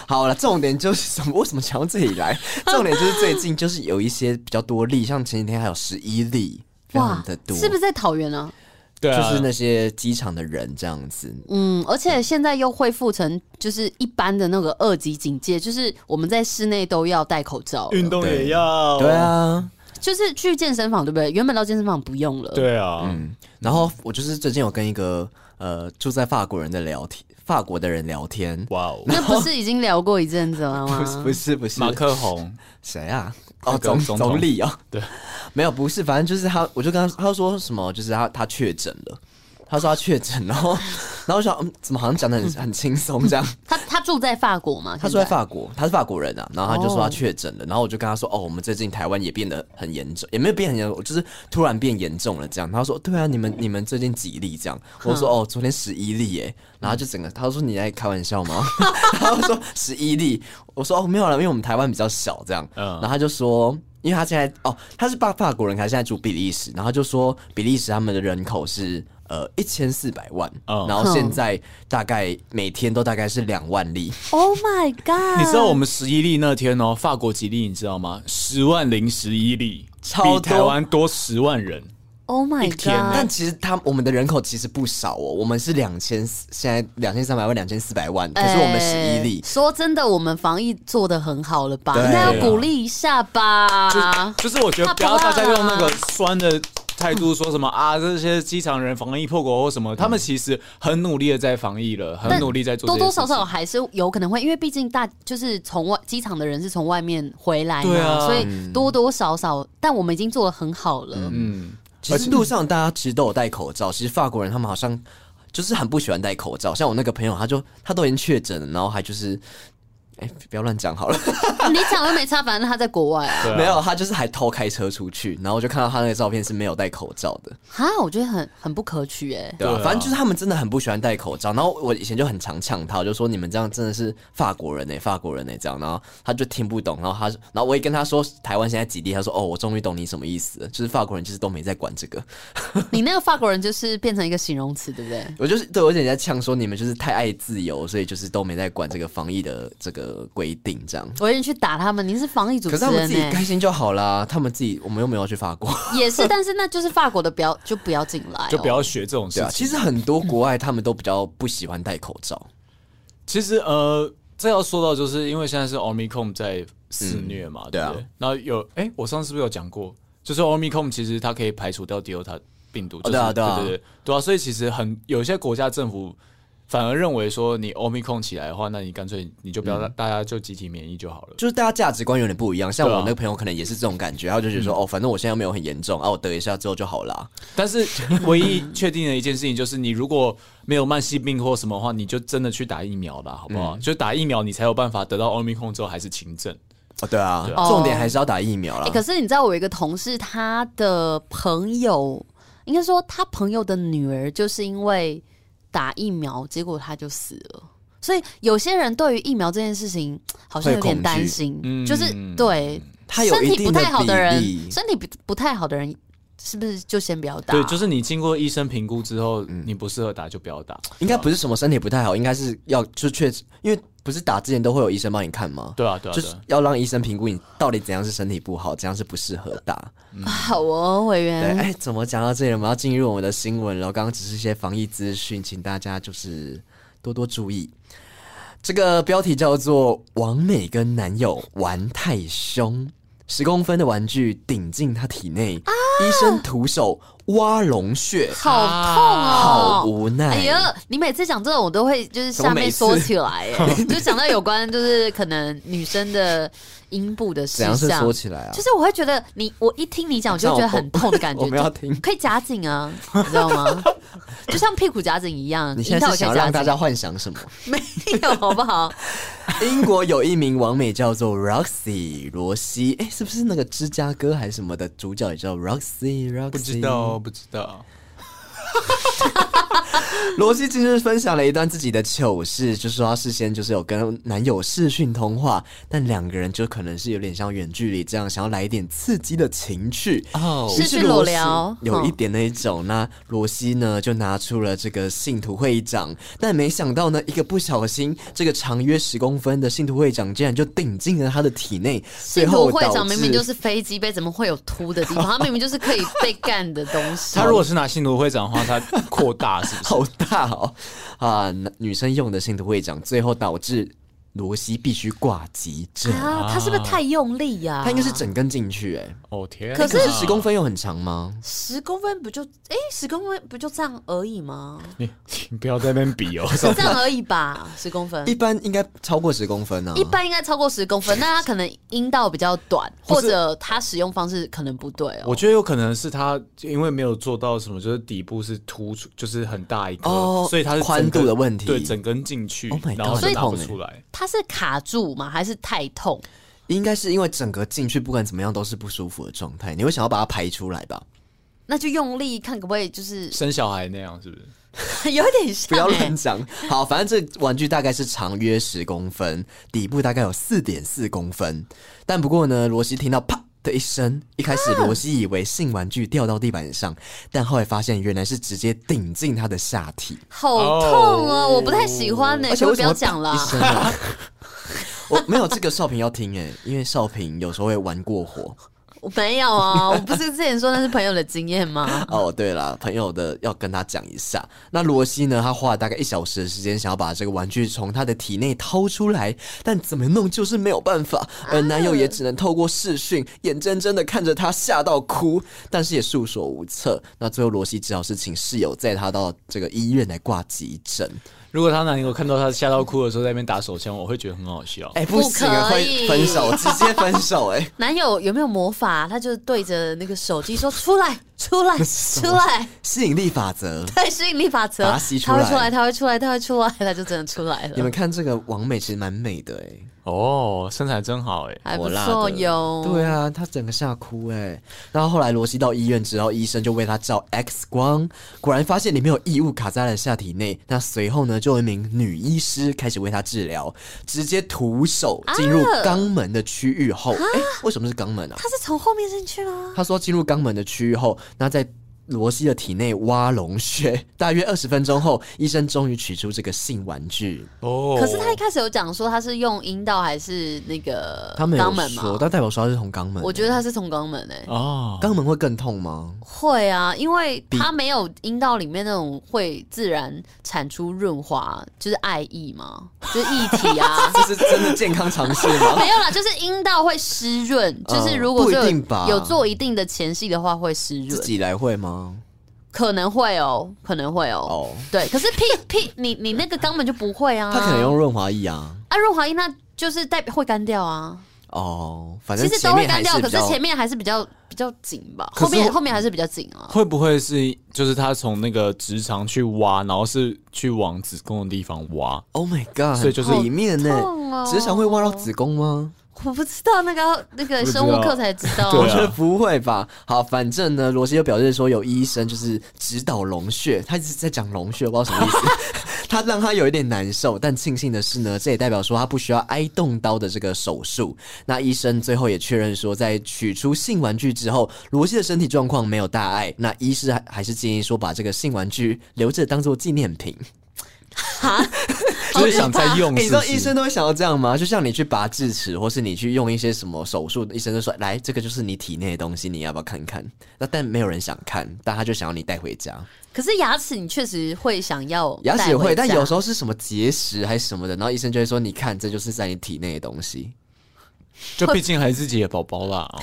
好了，重点就是什么？为什
<laughs>
么想要自己来？重点就是最近就是有一些比较多例，像前几天还有十一例非
哇
常的，多，
是不是在桃园啊？
对
就
啊，
是那些机场的人这样子，
嗯，而且现在又恢复成就是一般的那个二级警戒，就是我们在室内都要戴口罩了，
运动也要，
对，啊，
就是去健身房对不对？原本到健身房不用了，，
对啊，
嗯，然后我就是最近有跟一个呃住在法国人的聊天，法国的人聊天，
哇哦，
那不是已经聊过一阵子了吗？
<laughs> 不是不是不是
马克宏，
嗯
谁啊？
那
哦，
个
总
总统
总理哦，
对，
没有不是，反正就是他，我就跟他他说什么，就是他他确诊了。他说他确诊，然后，然后我想，嗯，怎么好像讲的很很轻松这样？
他他住在法国嘛？
他
现
住在法国，他是法国人啊，然后他就说
哦
他确诊了，然后我就跟他说，哦，我们最近台湾也变得很严重，也没有变很严重，就是突然变严重了这样。他说，对啊，你们你们最近几例这样？我说，哦，昨天十一例耶，然后就整个他说你在开玩笑吗？ <laughs> 然后说十一例，我说哦没有了，因为我们台湾比较小这样，
嗯
然后他就说。因为他现在哦，他是法法国人，他现在住比利时，然后他就说比利时他们的人口是呃一千四百万，
嗯
然后现在大概每天都大概是两万例，
Oh my god！
你知道我们十一例那天哦，法国几例你知道吗？十万零十一例，
超多
比台湾多十万人，
Oh my
一天呢
god！
但其实他我们的人口其实不少哦，我们是两千，现在两千三百万、两千四百万，可是我们十
哎
一例，
说真的，我们防疫做的很好了吧？
对啊
应该要鼓励一下吧？
就就是我觉得不要大家用那个酸的态度说什么啊，这些机场人防疫破口或什么，他
嗯
们其实很努力的在防疫了，很努力在做这
多
些
多
事情
少少还是有可能会，因为毕竟大就是从外机场的人是从外面回来嘛，
对啊
所以多多少少，但我们已经做的很好了。
嗯，
其实路上大家其实都有戴口罩，其实法国人他们好像就是很不喜欢戴口罩，像我那个朋友，他就他都已经确诊了，然后还就是，哎、不要乱讲好了，
你讲又没差，反正他在国外啊。
对啊
<laughs> 没有，他就是还偷开车出去，然后我就看到他那个照片是没有戴口罩的，
哈，我觉得很很不可取哎、
对吧、
对啊
反正就是他们真的很不喜欢戴口罩，然后我以前就很常呛他，我就说你们这样真的是法国人呢、欸法国人呢、这样，然后他就听不懂，然后他，然后我也跟他说台湾现在几例，他说哦，我终于懂你什么意思了，就是法国人就是都没在管这个，
你那个法国人就是变成一个形容词，对不对？
我就是对我有点在呛说你们就是太爱自由，所以就是都没在管这个防疫的这个规定这样。
我有点去打他们，你是防疫主
可
持
是他们
人
自己
哎、
开心就好啦，他们自己我们又没有去法国，
也是，但是那就是法国的，不要就不要进来、哦，
就不要学这种事
对
情。
啊， <laughs> 其实很多国外他们都比较不喜欢戴口罩，
其实呃，这要说到就是因为现在是 Omicron 在肆虐嘛，
对
对
啊
不对。然后有哎、我上次是不是有讲过，就是 Omicron 其实它可以排除掉 Delta 病毒，就是、
对啊对
对
啊
对对对啊，所以其实很有些国家政府。反而认为说你 Omicron 起来的话，那你干脆你就不要，
嗯
大家就集体免疫就好了。
就是大家价值观有点不一样，像
对啊嗯
我那个朋友可能也是这种感觉，他就觉得说，哦，反正我现在又没有很严重，啊，我得一下之后就好啦。
但是唯一确定的一件事情就是，你如果没有慢性病或什么的话，你就真的去打疫苗啦，好不
嗯
好？就打疫苗，你才有办法得到 Omicron 之后还是轻症。
哦，对啊，
啊
重点还是要打疫苗啦。
哎、可是你知道，我有一个同事，他的朋友，应该说他朋友的女儿，就是因为打疫苗，结果他就死了。所以有些人对于疫苗这件事情，好像有
会
点
恐惧
担心，
嗯
就是
嗯
对
它有
身
一
体不
定的
太好的人
比，例，
身体不不太好的人，是不是就先不要打？
对，就是你经过医生评估之后，你不适合打就不要打。
应该不是什么身体不太好，应该是要就确，因为不是打之前都会有医生帮你看吗？
对啊，对啊，
就
对
是
啊。
要让医生评估你到底怎样是身体不好，怎样是不适合打。
<laughs> 好哦，委
对，
员。
哎，怎么讲到这里，我们要进入我们的新闻了。刚刚只是一些防疫资讯，请大家就是多多注意。这个标题叫做“王美跟男友玩太凶”，十公分的玩具顶进她体内，医生徒手挖龙穴，
好痛哦！
好无奈。
哎呀，你每次讲这种，我都会就是下面缩起来，哎，
<laughs>
就讲到有关就是可能女生的阴部的事
怎样是
项
说，起来啊
就？是我会觉得你，我一听你讲，我就觉得很痛的感觉。
我们 <laughs> 要
就
听
可以夹紧啊，你知道
<laughs>
吗？就像屁股夹紧一样，
你现在是想要让大
家
家幻想什么？
没
<laughs>
有好不好？
英国有一名网美叫做 Roxy 罗西，哎、是不是那个芝加哥还是什么的
哦
主角也叫 Roxy Roxy？
不知道，不知道。
罗西近日分享了一段自己的糗事，就是说她事先就是有跟男友视讯通话，但两个人就可能是有点像远距离这样，想要来一点刺激的情趣
哦
于
视讯
罗
裸
西
聊
有一
嗯
点那一种。那罗西呢就拿出了这个信徒会长，但没想到呢一个不小心，这个长约十公分的信徒会长竟然就顶进了他的体内，最
信
后
徒会
导
长明明
致
就是飞机杯，怎么会有凸的地
<laughs>
方？他明明就是可以被干的东西。
他如果是拿信徒会长的话，他扩大是不是？
好大哦啊！男女生用的信徒会长，最后导致罗西必须挂急诊。
啊，他是不是太用力呀、
他应该是整根进去、哎、
<laughs> 哦天啊，
啊可是
十公分又很长吗？
十公分不就哎，十公分不就这样而已吗？
你你不要在那边比哦，
是这样而已吧，十公分
一。般应该超过十公分啊。
一般应该超过十公分，那他可能阴道比较短，
不
或
是
者他使用方式可能不对哦。
<laughs> 我觉得有可能是他因为没有做到什么，就是底部是突出，就是很大一个，
哦
所以他是
宽度
整根
的问题
对，整根进去
Oh my
然后
God，
就拿不
所以
出来。
他是卡住吗？还是太痛？
应该是因为整个进去不管怎么样都是不舒服的状态，你会想要把它排出来吧？
那就用力看可不可以，就是
<laughs>
生小孩那样是不是？
有点像、欸。
不要乱讲。好，反正这玩具大概是长约十公分，底部大概有四点四公分。但不过呢，罗西听到啪。的一声，一开始罗西以为性玩具掉到地板上，但后来发现原来是直接顶进他的下体。
好痛哦，我不太喜欢 <laughs> 呢、
而且
可不可
为
以不
什
要讲
么会啪 <laughs>
啦
一。声啊我没有这个少平要听哎、因为少平有时候会玩过火。
我没有
<laughs>
啊，我不是之前说那是朋友的经验吗？
哦，对了，朋友的要跟他讲一下。那罗西呢？他花了大概一小时的时间，想要把这个玩具从他的体内掏出来，但怎么弄就是没有办法。而男友也只能透过视讯，眼睁睁的看着他吓到哭，但是也束手无策。那最后罗西只好是请室友载他到这个医院来挂急诊。
如果她男友看到她吓到哭的时候在那边打手枪，我会觉得很好笑。
哎、不
不
行啊，
可
会
以
分手，直接分手、哎，
男友有没有魔法？啊他就对着那个手机说：“出来，出
<laughs>
来，出来
<laughs> 吸引力法则！”。
<laughs> 对，吸引力法则
把它吸，出
他
来
会出来，他会出来，他会出来，他就真的出来
你
了
们，看这个王美其实蛮美的哎、
哦，身材真好哎、
还
火
不
辣
错
的
哟。
对啊，他整个吓哭哎、然后后来罗西到医院之后，医生就为他照 X 光，果然发现里面有异物卡在了下体内。那随后呢，就有一名女医师开始为他治疗，直接徒手进入肛门的区域后，哎、为什么是肛门啊？
他是从后面进去吗？
他说进入肛门的区域后，那在罗西的体内挖龙穴， <laughs> 大约二十分钟后，医生终于取出这个性玩具。
哦，
可是他一开始有讲说他是用阴道还是那个
他没
肛
有
门
说，
嘛？
但代表说他是从肛门。
我觉得他是从肛门诶、
哦，
肛门会更痛吗？。
会啊，因为它没有阴道里面那种会自然产出润滑，就是爱意嘛，就是液体啊
<laughs> 这是真的健康尝试吗？
没有啦，就是阴道会湿润，就是如果
哦不一
说有
定吧
有做一定的前戏的话会湿
自
润，
己来会吗？
可能会哦，可能会哦。
哦，
对，可是屁屁，你你那个肛本就不会啊。
他可能用润滑液啊。
啊润滑液，那就是代表会干掉啊。
哦，反
其
正
实
前
都会
面
干
还
掉，
是
可
比
是
较
前面还是比较比较紧吧，
可
后
是
面
我
后面还是比较紧啊。
会不会是就是他从那个直肠去挖，然后是去往子宫的地方挖？
Oh my God，
所以就是
里面呢
好痛哦，
直肠会挖到子宫吗？
我不知道那个要那个
不知
生物
道
课才知道啊，
对
我
啊
觉得不会吧。好，反正呢，罗西就表示说有医生就是指导龙穴，他一直在讲龙穴，我不知道什么意思。他让他有一点难受，但庆幸的是呢，这也代表说他不需要挨动刀的这个手术。那医生最后也确认说，在取出性玩具之后，罗西的身体状况没有大碍。那医师还还是建议说，把这个性玩具留着当做纪念品。
就是
<laughs>
想再用
欸你
是
知
不
道
是
医生都会想要这样吗？就像你去拔智齿，或是你去用一些什么手术，医生就说：“来，这个就是你体内的东西，你要不要看看？”那但没有人想看，但他就想要你带回家。
可是牙齿你确实会想要
牙齿也会，但有时
候
候是什么结石还是什么的，然后医生就会说：“你看，这就是在你体内的东西。
就毕竟还是自己的宝宝啦。哦”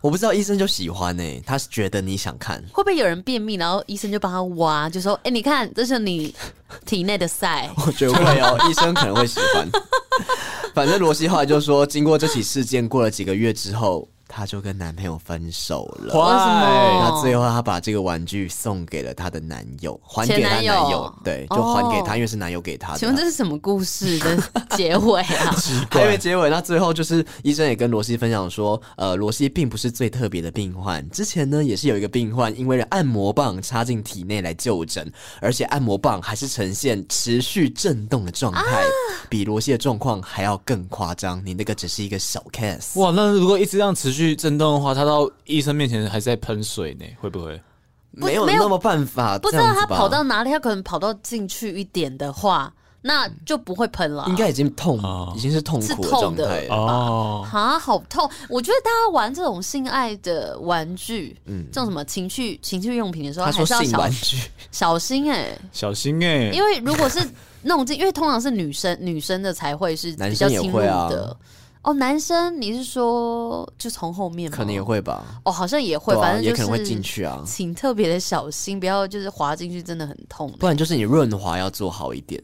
我不知道医生就喜欢呢、他是觉得你想看。 <laughs>
会不会有人便秘，然后医生就帮他挖，就说：“哎、你看，这是你体内的塞。
我觉得
<laughs>
会哦，医生可能会喜欢。反正罗西后来就说，经过这起事件，过了几个月之后，她就跟男朋友分手了。
为什
那
么？
最后，她把这个玩具送给了她的男友，还给她
前男友
对，就还给她，
哦
因为是男友给她的。
请问这是什么故事的结尾啊？
<laughs> 还有结尾，那最后就是医生也跟罗西分享说，呃，罗西并不是最特别的病患，之前呢也是有一个病患因为按摩棒插进体内来就诊，而且按摩棒还是呈现持续震动的状态，
啊
比罗西的状况还要更夸张。你那个只是一个小 case，
哇，那如果一直这样持续震动的话，他到医生面前还是在喷水呢，会不会？
没有
没有
那么办法，
不知
这
道
样子
他
吧
跑到哪里，他可能跑到进去一点的话，那就不会喷了啊。
嗯应该已经痛，
哦
已经是痛苦
是
的
痛
状
的
态了。
哦，
啊，好痛！我觉得大家玩这种性爱的玩具，嗯，这种什么情趣情趣用品的时候，
他
还
说
是要
性
小
玩具，
小心哎、
<laughs>
小心哎、
因为如果是弄进，因为通常是女生女生的才会是比
男
较
生也
侵入
会啊
的。哦，男生你是说就从后面吗？
可能也会吧，
哦，好像也会，
对啊
反正就是
也可能会进去啊
请特别的小心，不要就是滑进去，真的很痛。
不然就是你润滑要做好一点，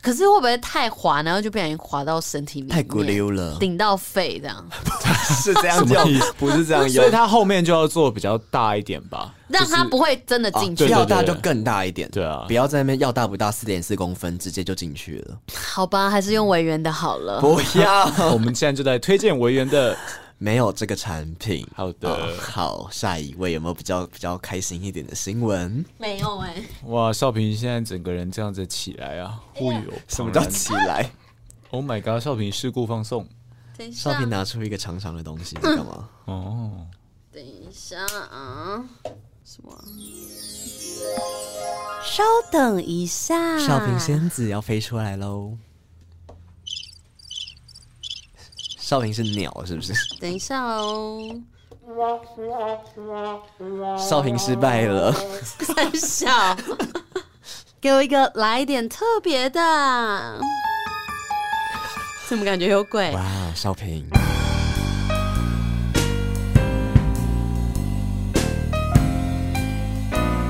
可是会不会太滑，然后就不小心滑到身体里面，
太骨溜了，
顶到肺这
<laughs>
样，
是这样
<laughs> 什么意
用，不是这 <laughs> 样
所
用
以。他后面就要做比较大一点
<laughs>
吧，
让
就是
他不会真的进去
对。
要大就更大一点，
对啊
不要在那边要大不大，四点四公分直接就进去了，
好吧，还是用委员的好了。
不要，
我们现在就在推荐维园的，
<laughs> 没有这个产品。
好的
哦好，下一位有没有比较比较开心一点的新闻？
没有哎、
哇，少平现在整个人这样子起来啊，忽悠，
哎什么叫起 <laughs> 来？
？Oh my god，少平事故放送
等一
少
下
平，拿出一个长长的东西，你干嘛？
哦，
等一下啊，什么啊？稍等一下，
少平仙子要飞出来喽！少平是鸟是不是？
等一下哦，
少平失败了，
三
<laughs>
小，给我一个来一点特别的，怎么感觉有鬼？
哇，少平。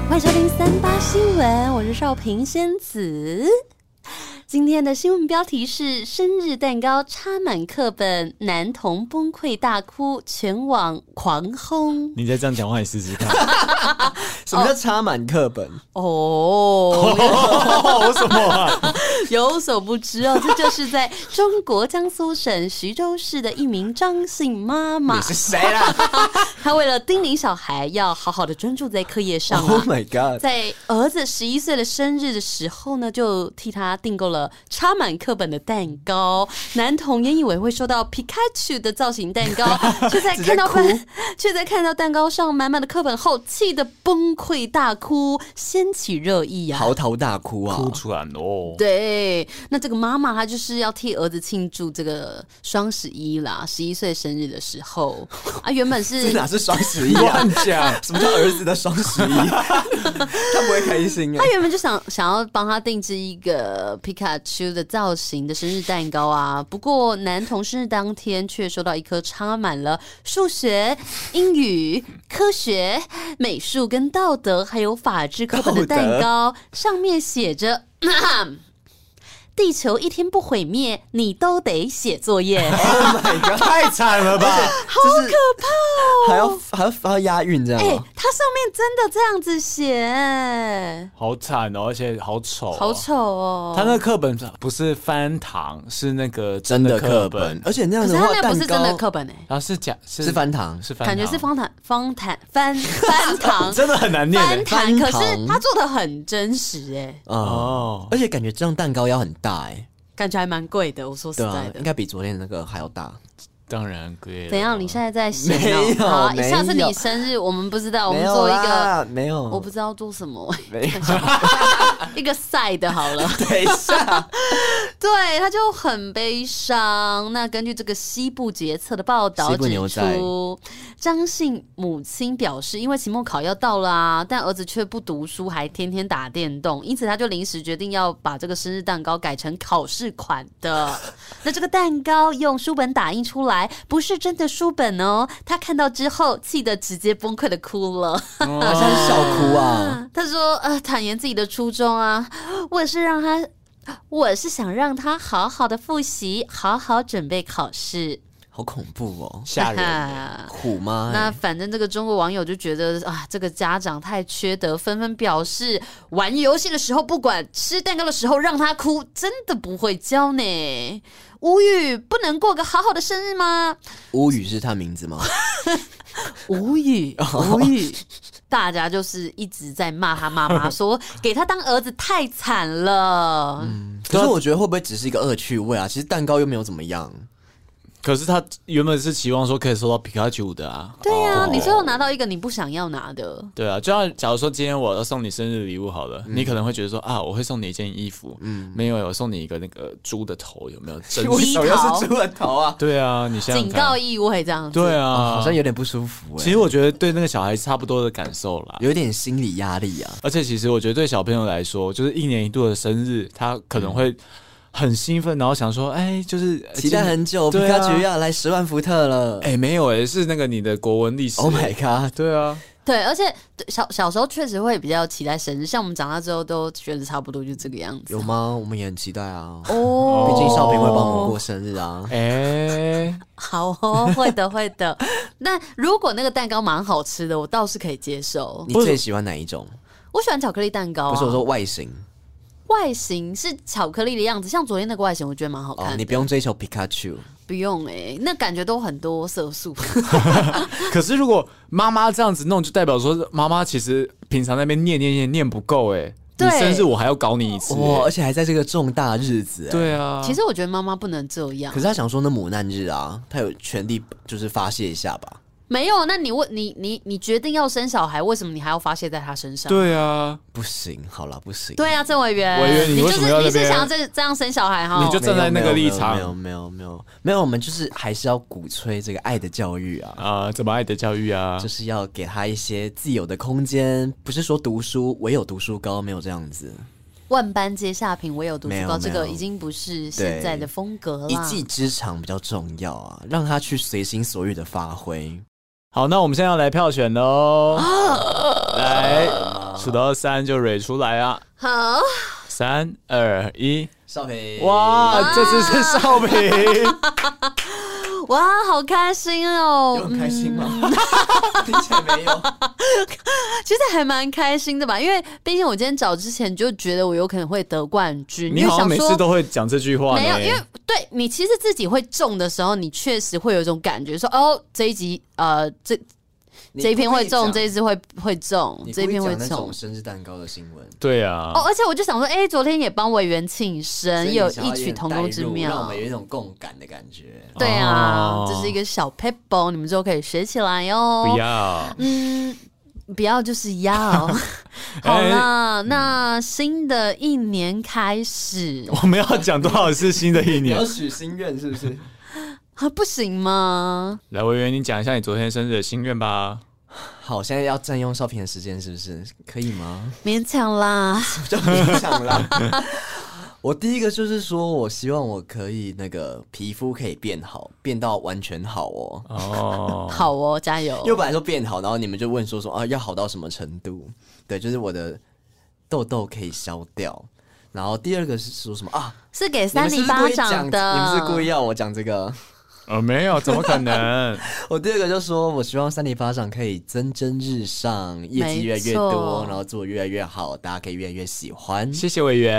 欢迎收听三八新闻，我是少平仙子。今天的新闻标题是：生日蛋糕插满课本，男童崩溃大哭，全网狂
<laughs>
轰。
你再这样讲话，你试试看，
什么叫插满课本？
哦，
哦，什么啊？
有所不知哦，这就是在中国江苏省徐州市的一名张姓妈妈
<laughs> 你，是谁啦
她为了叮咛小孩要好好的专注在课业上、啊
？Oh my god！
在儿子十一岁的生日的时候呢，就替他订购了插满课本的蛋糕。男童原以为会收到皮卡丘的造型蛋 <laughs> 糕，却在看到蛋， <laughs> 却在看到蛋糕上满满的课本后，气得崩溃大哭，掀起热议啊！
嚎啕大哭啊！
哭出来哦，
对，那这个妈妈她就是要替儿子庆祝这个双十一啦，十一岁生日的时候啊，原本 <laughs> 是
这哪是双十一啊
乱？讲，
什么叫儿子的双
<laughs>
十一？他不会开心哎
他、原本就想想要帮他定制一个皮卡丘的造型的生日蛋糕啊，不过男童生日当天却收到一颗插满了数学、英语、科学、美术跟道德还有法治课本的蛋糕，上面写着。地球一天不毁灭，你都得写作业。哎
！Oh my god，太惨了吧！好可怕哦！还要还要还要押韵这样啊
哎、
吗？
它上面真的这样子写，
好惨哦，而且好丑、
好。丑哦！
他那课本不是翻糖，是那个
真的课
课
本
本，，
而且那样
可是
的
他
话，
那不是真的
蛋糕
课本哎、
然后是假是
是翻糖，
是翻糖，
感觉是方糖方糖翻 <laughs>
<laughs>
翻糖
真的很难念欸的
翻糖，
欸翻
可
糖
是他做的很真实哎、
啊，
哦。
而且感觉这样蛋糕要很大哎，
感觉还蛮贵的。我说实
对
在
啊，
的，
应该比昨天那个还要大。
当然贵了。
怎样？你现在在闲
没有
哦？好，
没有
下次你生日我们不知道，我
没
们
有
做一个，
啦，没有，
我不知道做什么， <laughs>
没有。
一个 side 好了。
等一下，
<laughs> 对，他就很悲伤。那根据这个西部决策的报道
西部
指
牛仔
出，张姓母亲表示，因为期末考要到啦、但儿子却不读书，还天天打电动，因此他就临时决定要把这个生日蛋糕改成考试款
<laughs>
的。那这个蛋糕用书本打印出来，不是真的书本哦。他看到之后，气得直接崩溃的哭了。 <laughs>
好像是笑哭啊！
他说：“呃，坦言自己的初衷啊，我是让他，我是想让他好好的复习，好好准备考试。
好恐怖哦，
吓人
<laughs>
耶。
啊
虎妈、
那
欸，
反正这个中国网友就觉得啊，这个家长太缺德，纷纷表示玩游戏的时候不管，吃蛋糕的时候让他哭，真的不会教呢。吴语不能过个好好的生日吗？
吴宇是他名字吗？
无语，无
<laughs>
语。大家就是一直在骂他妈妈，说给他当儿子太惨了。
啊
可是我觉得会不会只是一个恶趣味啊？其实蛋糕又没有怎么样，
可是他原本是期望说可以收到皮卡丘的啊。
对呀、
哦
你最后拿到一个你不想要拿的，
对啊，就像假如说今天我要送你生日礼物好了，
嗯
你可能会觉得说啊，我会送你一件衣服，嗯，没有，我送你一个那个猪的头，有没
<laughs>
有？真
我
为
鸡
什么又
头
是猪的头啊？
对啊，你想想
警告
看，
意味这样子。
对啊，
好像有点不舒服、欸，
其实我觉得对那个小孩差不多的感受啦。
有点心理压力啊。
而且其实我觉得对小朋友来说，就是一年一度的生日，他可能会很兴奋，然后想说，哎，就是
嗯期待很久，皮
对
卡
啊
丘要来十万伏特了。
哎、没有哎、是那个你的国文历史。
Oh my god！
<laughs> 对啊，
对，而且对小小时候确实会比较期待生日，像我们长大之后都觉得差不多就这个样子
有。吗？我们也很期待啊。
哦
毕竟少平会帮我们过。生日啊。
哎、
好哦，会的会的。 <laughs> 那如果那个蛋糕蛮好吃的，我倒是可以接受
你。最喜欢哪一种？
我喜欢巧克力蛋糕、啊，
不是我说外形
外形是巧克力的样子，像昨天那个外形，我觉得蛮好看
哦，
的。
你不用追求皮卡丘，
不用哎、那感觉都很多色
<laughs>
素。
可是如果妈妈这样子弄，就代表说妈妈其实平常那边念念念念不够哎、
对
你生日我还要搞你一次、
哇！而
欸。
且还在这个重大日子。哎
对啊，
其实我觉得妈妈不能这样
可。是他想说那母难日啊，他有权利就是发泄一下吧。
没有，啊那你问你你你决定要生小孩，为什么你还要发泄在他身上？
对啊，
不行，好了，不行。
对啊，郑委员，
委员你
就
为什么要
是
在
你是
这边
想要这这样生小孩哈？
你就
没有，
站在那个立
没有
场
没有没有没有没有，我们就是还是要鼓吹这个爱的教育啊。
啊、怎么爱的教育啊
就？是要给他一些自由的空间，不是说读书唯有读书高，没有这样子，
万般皆下品，唯有读
没
书
有
高。
没
这
有
个已经不是现在的风格
一
啦。
技之长比较重要啊，让他去随心所欲的发挥。
好，那我们现在要来票选喽，
啊
来数到三就蕊出来啊，
好，
三二一，
少平，
哎哦
哇，这次是少平。
啊哇，好开心哦！
有很开心吗？ <laughs> 听起来
<laughs>
没有。
嗯其实还蛮开心的吧，因为毕竟我今天找之前就觉得我有可能会得冠军，
你
因为
好像
想
每
说
次都欸会讲这句话呢。
没有，因为对你其实自己会中的时候，你确实会有一种感觉说，哦，这一集呃，这这一篇会中，这一次会会中
你，
这一篇会
那
中
种。生日蛋糕的新闻，
对啊，
哦，而且我就想说，哎、昨天也帮委员庆生，有异曲同工之
让我
妙
们。有一种共感的感觉。
对啊，
哦
这是一个小 pebble，你们之后可以学起来哦。
不要，
嗯，不要就是
<laughs>
要。好
哎
啦，
嗯
那新的一年开始
我们要讲多少次新的一
你
年
要？许心愿是不是？
啊，不行吗？
来，委员，你讲一下你昨天生日的心愿吧。
好，现在要占用少平的时间，是不是？可以吗？ <laughs>
勉强啦。
比较勉强啦。 <laughs> 我第一个就是说，我希望我可以那个皮肤可以变好，变到完全好哦。
哦，
好哦，加油。
因为本来说变好，然后你们就问说说啊，要好到什么程度？对，就是我的痘痘可以消掉。然后第二个是说什么啊？
是给
你
三
们是
零
不是
巴
故意
掌
讲
的，
你们是故意要我讲这个？
呃，没有，怎么可
<laughs>
能？
我第二个就说，我希望三里巴掌可以蒸蒸日上，业绩越来越
没
多
错，
然后做得越来越好，大家可以越来越喜欢。
谢谢委员。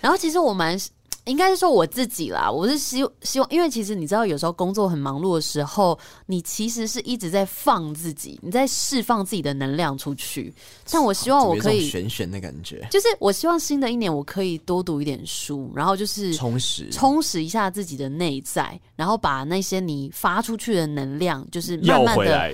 然后其实我蛮。应该是说我自己啦，我是希希望，因为其实你知道，有时候工作很忙碌的时候，你其实是一直在放自己，你在释放自己的能量出去。但我希望哦我可
有一种
以，
玄玄的感觉，
就是我希望新的一年我可以多读一点书，然后就是
充实。
充实一下自己的内在，然后把那些你发出去的能量，就是慢慢的，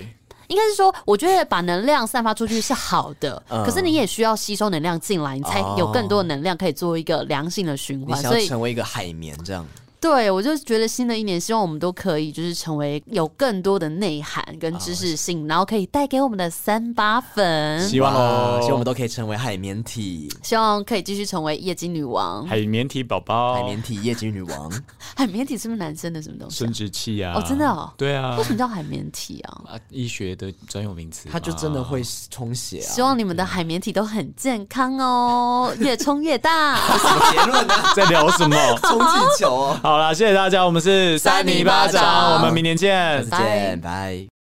应该是说，我觉得把能量散发出去是好的，
嗯
可是你也需要吸收能量进来，你才
哦
有更多的能量可以做一个良性的循
你
环。
想
所
要
以，
成为一个海绵这样，
对我就觉得新的一年，希望我们都可以就是成为有更多的内涵跟知识性，然后可以带给我们的三八粉。
希望
哇
哦，
希望我们都可以成为海绵体，
希望可以继续成为业绩女王，
海绵体宝宝， <laughs>
海绵体业绩女王。
海绵体是不是男生的什么东西啊、
生殖器啊。
哦真的哦
对啊
为。什么叫海绵体啊？
啊，医学的专有名词嘛，
他就真的会充血啊
希！望你们的海绵体都很健康哦，越冲越大。
什么结
<laughs>
论啊？
在聊什么？
充气球哦！
好啦，谢谢大家，我们是
三尼巴掌
我们明年见。
再见，拜。